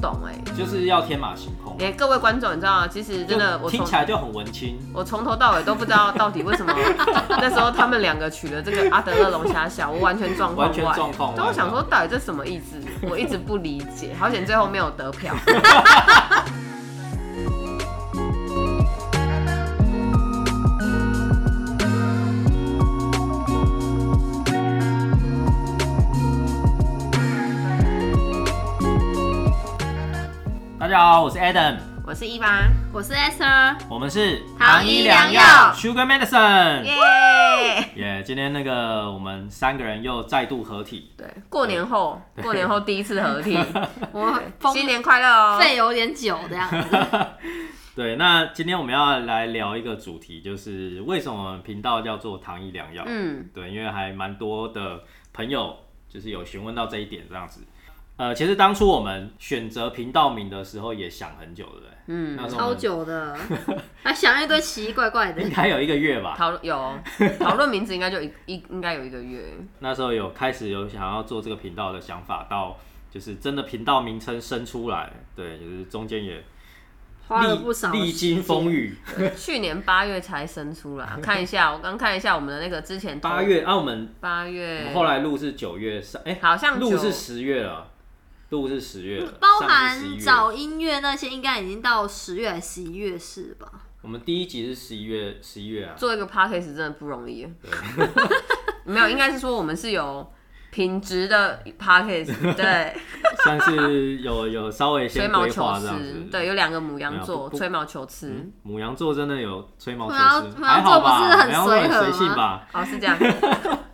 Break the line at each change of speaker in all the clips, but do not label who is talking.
懂哎、
就是要天马行空，
哎、各位观众，你知道吗？其实真的，
就
我
听
从
起来就很文青。
我从头到尾都不知道到底为什么那时候他们两个取了这个阿德勒龙虾小，我完全状况
完全状况外
但我想说，到底这什么意思？我一直不理解。好险最后没有得票。
大家好，我是 Adam，
我是一凡，
我是 S r
我们是
糖衣良药
Sugar Medicine。
耶、
耶今天那个我们三个人又再度合体，
对，过年后，过年后第一次合体，
我
对新年快乐哦！
肺有点久的样子，
对，那今天我们要来聊一个主题，就是为什么我们频道叫做糖衣良药？
嗯，
对，因为还蛮多的朋友就是有询问到这一点，这样子。呃，其实当初我们选择频道名的时候也想很久，对不对？
嗯
那时候我
超
们
久的，还想一堆奇奇怪怪的
应。该有一个月吧。
讨有讨论名字应该就一一应该有一个月，
那时候有开始有想要做这个频道的想法，到就是真的频道名称生出来，对，就是中间也
花了
历
不少
历经风
雨，
雨。
去年八月才生出来。看一下，我刚看一下我们的那个之前投
八月啊，我们
八
我
月
们，后来录是九月上，哎、
好像
录
九
是十月了，录是十月了，
嗯包
上是11
含
月
找音乐那些，应该已经到十月、十一月是吧？
我们第一集是十一月，十一月啊，
做一个 podcast 真的不容易。
对
没有，应该是说我们是有品质的 podcast，对，
算是有有稍微
吹
先
毛
规
求
划这样子
疵，。对，有两个母
没
羊
有
座，
不不
吹毛求疵。
嗯，母羊座真的有吹毛求
母
疵，
羊
还好吧？
母羊座不是很
羊座
随和吗
随性吧？
哦，是这 样。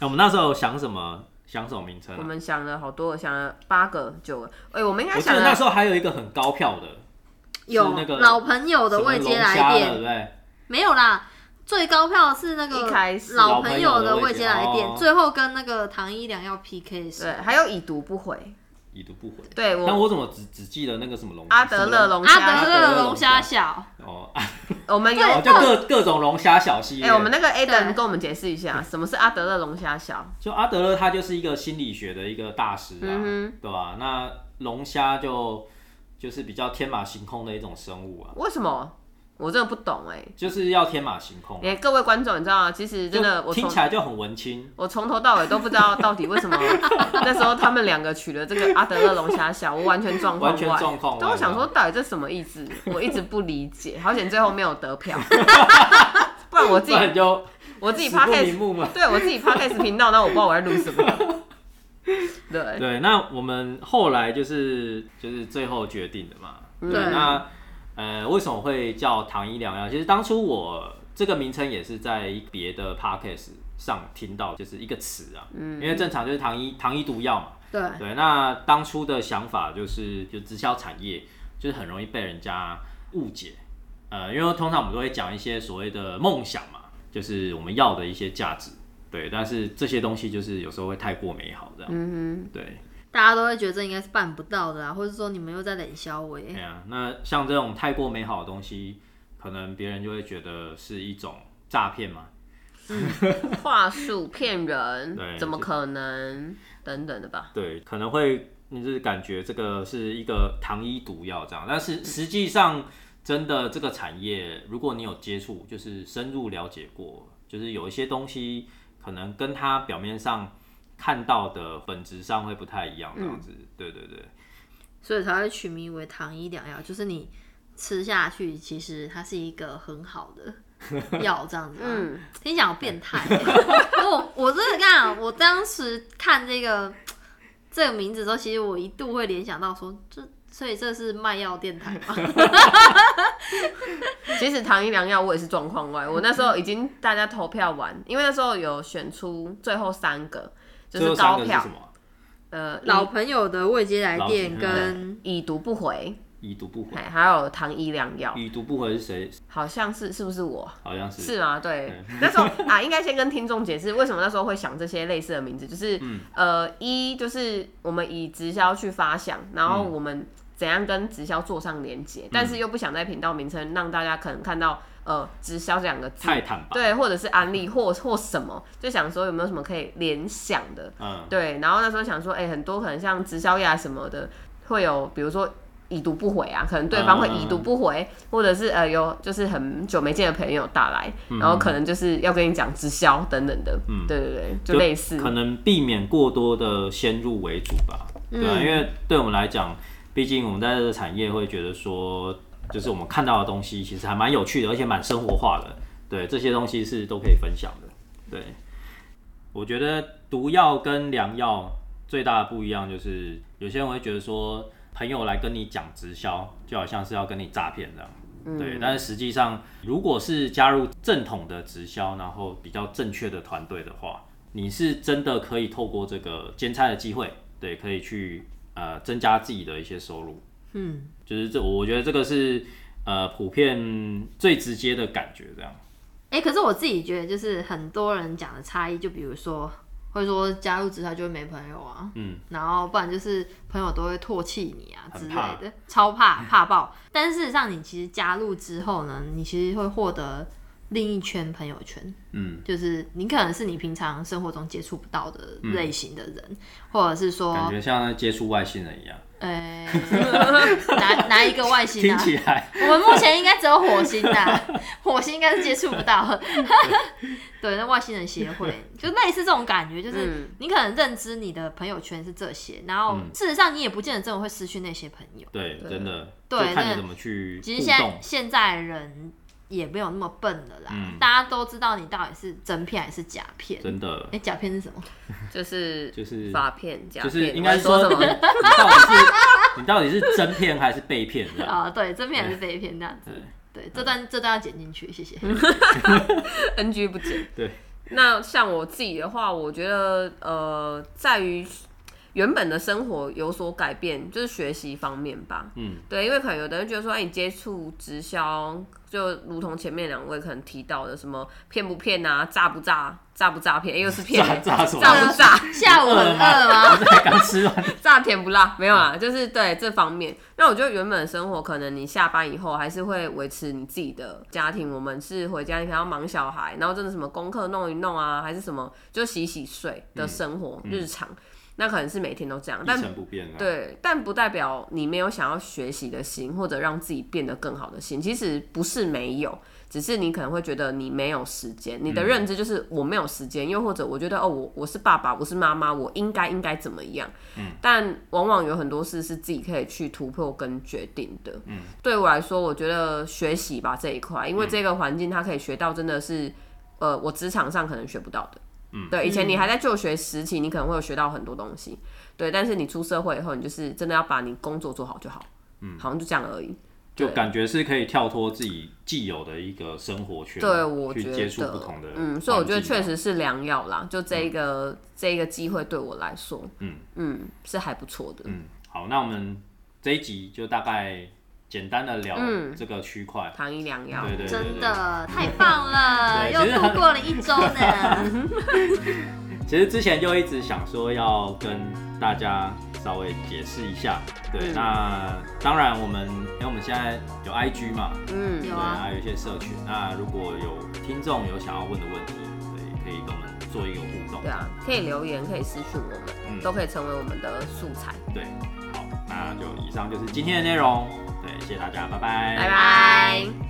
哎我们那时候想什么？想什么名称啊、
我们想了好多，想了八个、九个，哎、我们应该
我记
想
得那
了
时候还有一个很高票的，
有
那个
老朋友的未
什么
接
龙虾
来
的
电
对，不对？
没有啦，最高票是那
一
个
开始
老
老
朋
朋
友
友
的
的
未
未
接哦
接
来
来
电
电，最后跟那个唐一良要 PK
对
是，
还有已读不回。
已读不回。
对
但
我
我怎么只只记得那个什么龙
阿德勒
龙
龙
阿
虾，
德勒龙虾小，
哦，啊
我们有
哦就各各种龙虾小系
哎、
列。
我们那个 Adam
对
跟我们解释一 下，什么是阿德勒龙虾小？
就阿德勒他就是一个心理学的一个大师啊，
嗯
对吧、那龙虾就就是比较天马行空的一种生物啊，
为什么？我真的不懂哎、
就是要天马行空，啊
哎、各位观众，你知道吗？其实真的，
就
我
听
从
起来就很文青。
我从头到尾都不知道到底为什么 那时候他们两个取了这个阿德勒龙虾小，我完全状况
完全状况外啊
但我想说，到底这什么意思？我一直不理解。好险最后没有得 票，不然我自
不
己
然就
我自己
死不
podcast
瞑目 嘛。
对我自己 podcast 频道，那我不知道我在录什么。 对，
对，那我们后来就是就是最后决定的嘛。对，
对
那呃，为什么会叫糖衣良药？其实当初我这个名称也是在别的 podcast 上听到，就是一个词啊，嗯，因为正常就是糖衣糖衣毒药嘛。
对，
对，那当初的想法就是，就直销产业就是很容易被人家误解，呃，因为通常我们都会讲一些所谓的梦想嘛，就是我们要的一些价值，对，但是这些东西就是有时候会太过美好这样，
嗯
对，
大家都会觉得这应该是办不到的啊，或者说你们又在冷消
哎
维，
呀、那像这种太过美好的东西，可能别人就会觉得是一种诈骗嘛，
哼，话术骗人
对，
怎么可能？等等的吧。
对，可能会你就是感觉这个是一个糖衣毒药这样，但
嗯
是实际上真的这个产业，如果你有接触，就是深入了解过，就是有一些东西可能跟它表面上看到的本质上会不太一样这样
嗯
子。对对对，
所以才会取名为糖衣良药，就是你吃下去，其实它是一个很 好的药，这样子。
嗯
嗯，听讲变态欸、我我真的跟你讲，我当时看这个这个名字的时候，其实我一度会联想到说，这所以这是卖药电台吗？
其实唐一良药我也是状况外，我那时候已经大家投票完，因为那时候有选出最后三个，就
最后
是
三
高
个是
票
什，么？
呃，
老朋友的未接来电
老朋友
跟
已读不回，
已读不回，
哎，还有唐一良药，
已读不回是谁？
好像是是不是我？
好像嗯是
是吗？对，那时候啊，应该先跟听众解释为什么那时候会想这些类似的名字，就是、呃，一就是我们以直销去发想，然后我们怎样跟直销做上连接，但是又不想在频道名称让大家可能看到呃直销这两个字，
泰坦吧？
对，或者是安利或或什么，就想说有没有什么可以联想的，
嗯，
对，然后那时候想说，哎、很多可能像直销业啊什么的，会有，比如说已读不回啊，可能对方
嗯
会已读不回，或者是呃有就是很久没见的朋友打来，然后可能就是要跟你讲直销等等的，
嗯
对对对，就类似，
可能避免过多的先入为主吧，对
嗯
啊，因为对我们来讲，毕竟我们在这个产业会觉得说，就是我们看到的东西其实还蛮有趣的，而且蛮生活化的，对，这些东西是都可以分享的，对。我觉得毒药跟良药最大的不一样就是，有些人会觉得说，朋友来跟你讲直销，就好像是要跟你诈骗这样。
嗯
对，但是实际上，如果是加入正统的直销，然后比较正确的团队的话，你是真的可以透过这个兼差的机会，对，可以去呃增加自己的一些收入。嗯，就是这，我觉得这个是呃普遍最直接的感觉，这样。
哎、可是我自己觉得，就是很多人讲的差异，就比如说，会说加入直销就会没朋友啊，
嗯，
然后不然就是朋友都会唾弃你啊之
很
类
怕
的，超怕怕爆。但事实上，你其实加入之后呢，你其实会获得另一圈朋友圈，
嗯，
就是你可能是你平常生活中接触不到的类型的人，或者是
感
嗯
说，
觉像接触外星人一样，
呃、 哪哪一个外星
听
啊？
起来
我们目前应该只有火星的、 火星应该是接触不到 的。对，那外星人协 会就类似这种感觉，就是
嗯
你可能认知你的朋友圈是这些，然后
嗯
事实上你也不见得真的会失去那些朋友。
对，真的，
对
就看你怎么去
其实
互
现在
动。
现在人也没有那么笨了啦，
嗯
大家都知道你到底是真骗还是假骗。
真的
哎、，假骗是什 么？
就是
就是
发片假
就
片，
是应
我还
该说
说什
你
么？
你到底是你到底是真骗还是被骗这样？
啊、对，真骗还是被骗这样子。对，这段这段要剪进去，谢谢。
NG 不减。
对。
那像我自己的话，我觉得呃，在于原本的生活有所改变，就是学习方面吧。
嗯，
对，因为可能有的人觉得说，哎、你接触直销，就如同前面两位可能提到的，什么骗不骗啊，诈不诈，诈不诈骗，哎又是骗、
诈诈什么
诈不诈？
下午很饿吗？
我才刚吃完。
炸甜不辣，没有啦，就是对这方面。那我觉得原本的生活，可能你下班以后还是会维持你自己的家庭。我们是回家，你可能要忙小孩，然后真的什么功课弄一弄啊，还是什么就洗洗睡的
嗯
生活、日常，那可能是每天都这样。但
一成不变啊。，
对，但不代表你没有想要学习的心，或者让自己变得更好的心。其实不是没有，只是你可能会觉得你没有时间，你的认知就是我没有时间，又或者我觉得哦，我我是爸爸，我是妈妈，我应该应该怎么样？嗯，但往往有很多事是自己可以去突破跟决定的。嗯，对我来说，我觉得学习吧这一块，因
嗯
为这个环境它可以学到真的是，呃，我职场上可能学不到的。嗯，对，以前你还在就学时期，你可能会有学到很多东西，对，但是你出社会以后，你就是真的要把你工作做好就好，嗯，好像就这样而已。
就感觉是可以跳脱自己既有的一个生活圈，
对，我
去
觉
接触
得
不同的，啊
嗯，所以我觉得确，实是良药啦。就这一个、这一个机会对我来说，
嗯
嗯，是还不错的。
嗯，好，那我们这一集就大概简单的聊
嗯
这个区块，
糖衣良药，
对对对对
真的太棒了，
对
又
其实
度过了一周呢。
其实之前就一直想说要跟大家稍微解释一下，对，
嗯
那当然我们因为我们现在有 IG 嘛，
嗯，
有
对，
啊
还有一些社群，那如果有听众有想要问的问题，对，可以跟我们做一个互动
对，啊，可以留言，可以私讯我们，
嗯
都可以成为我们的素材。
对，嗯好，那就以上就是今天的内容，对，谢谢大家，拜拜，
拜拜。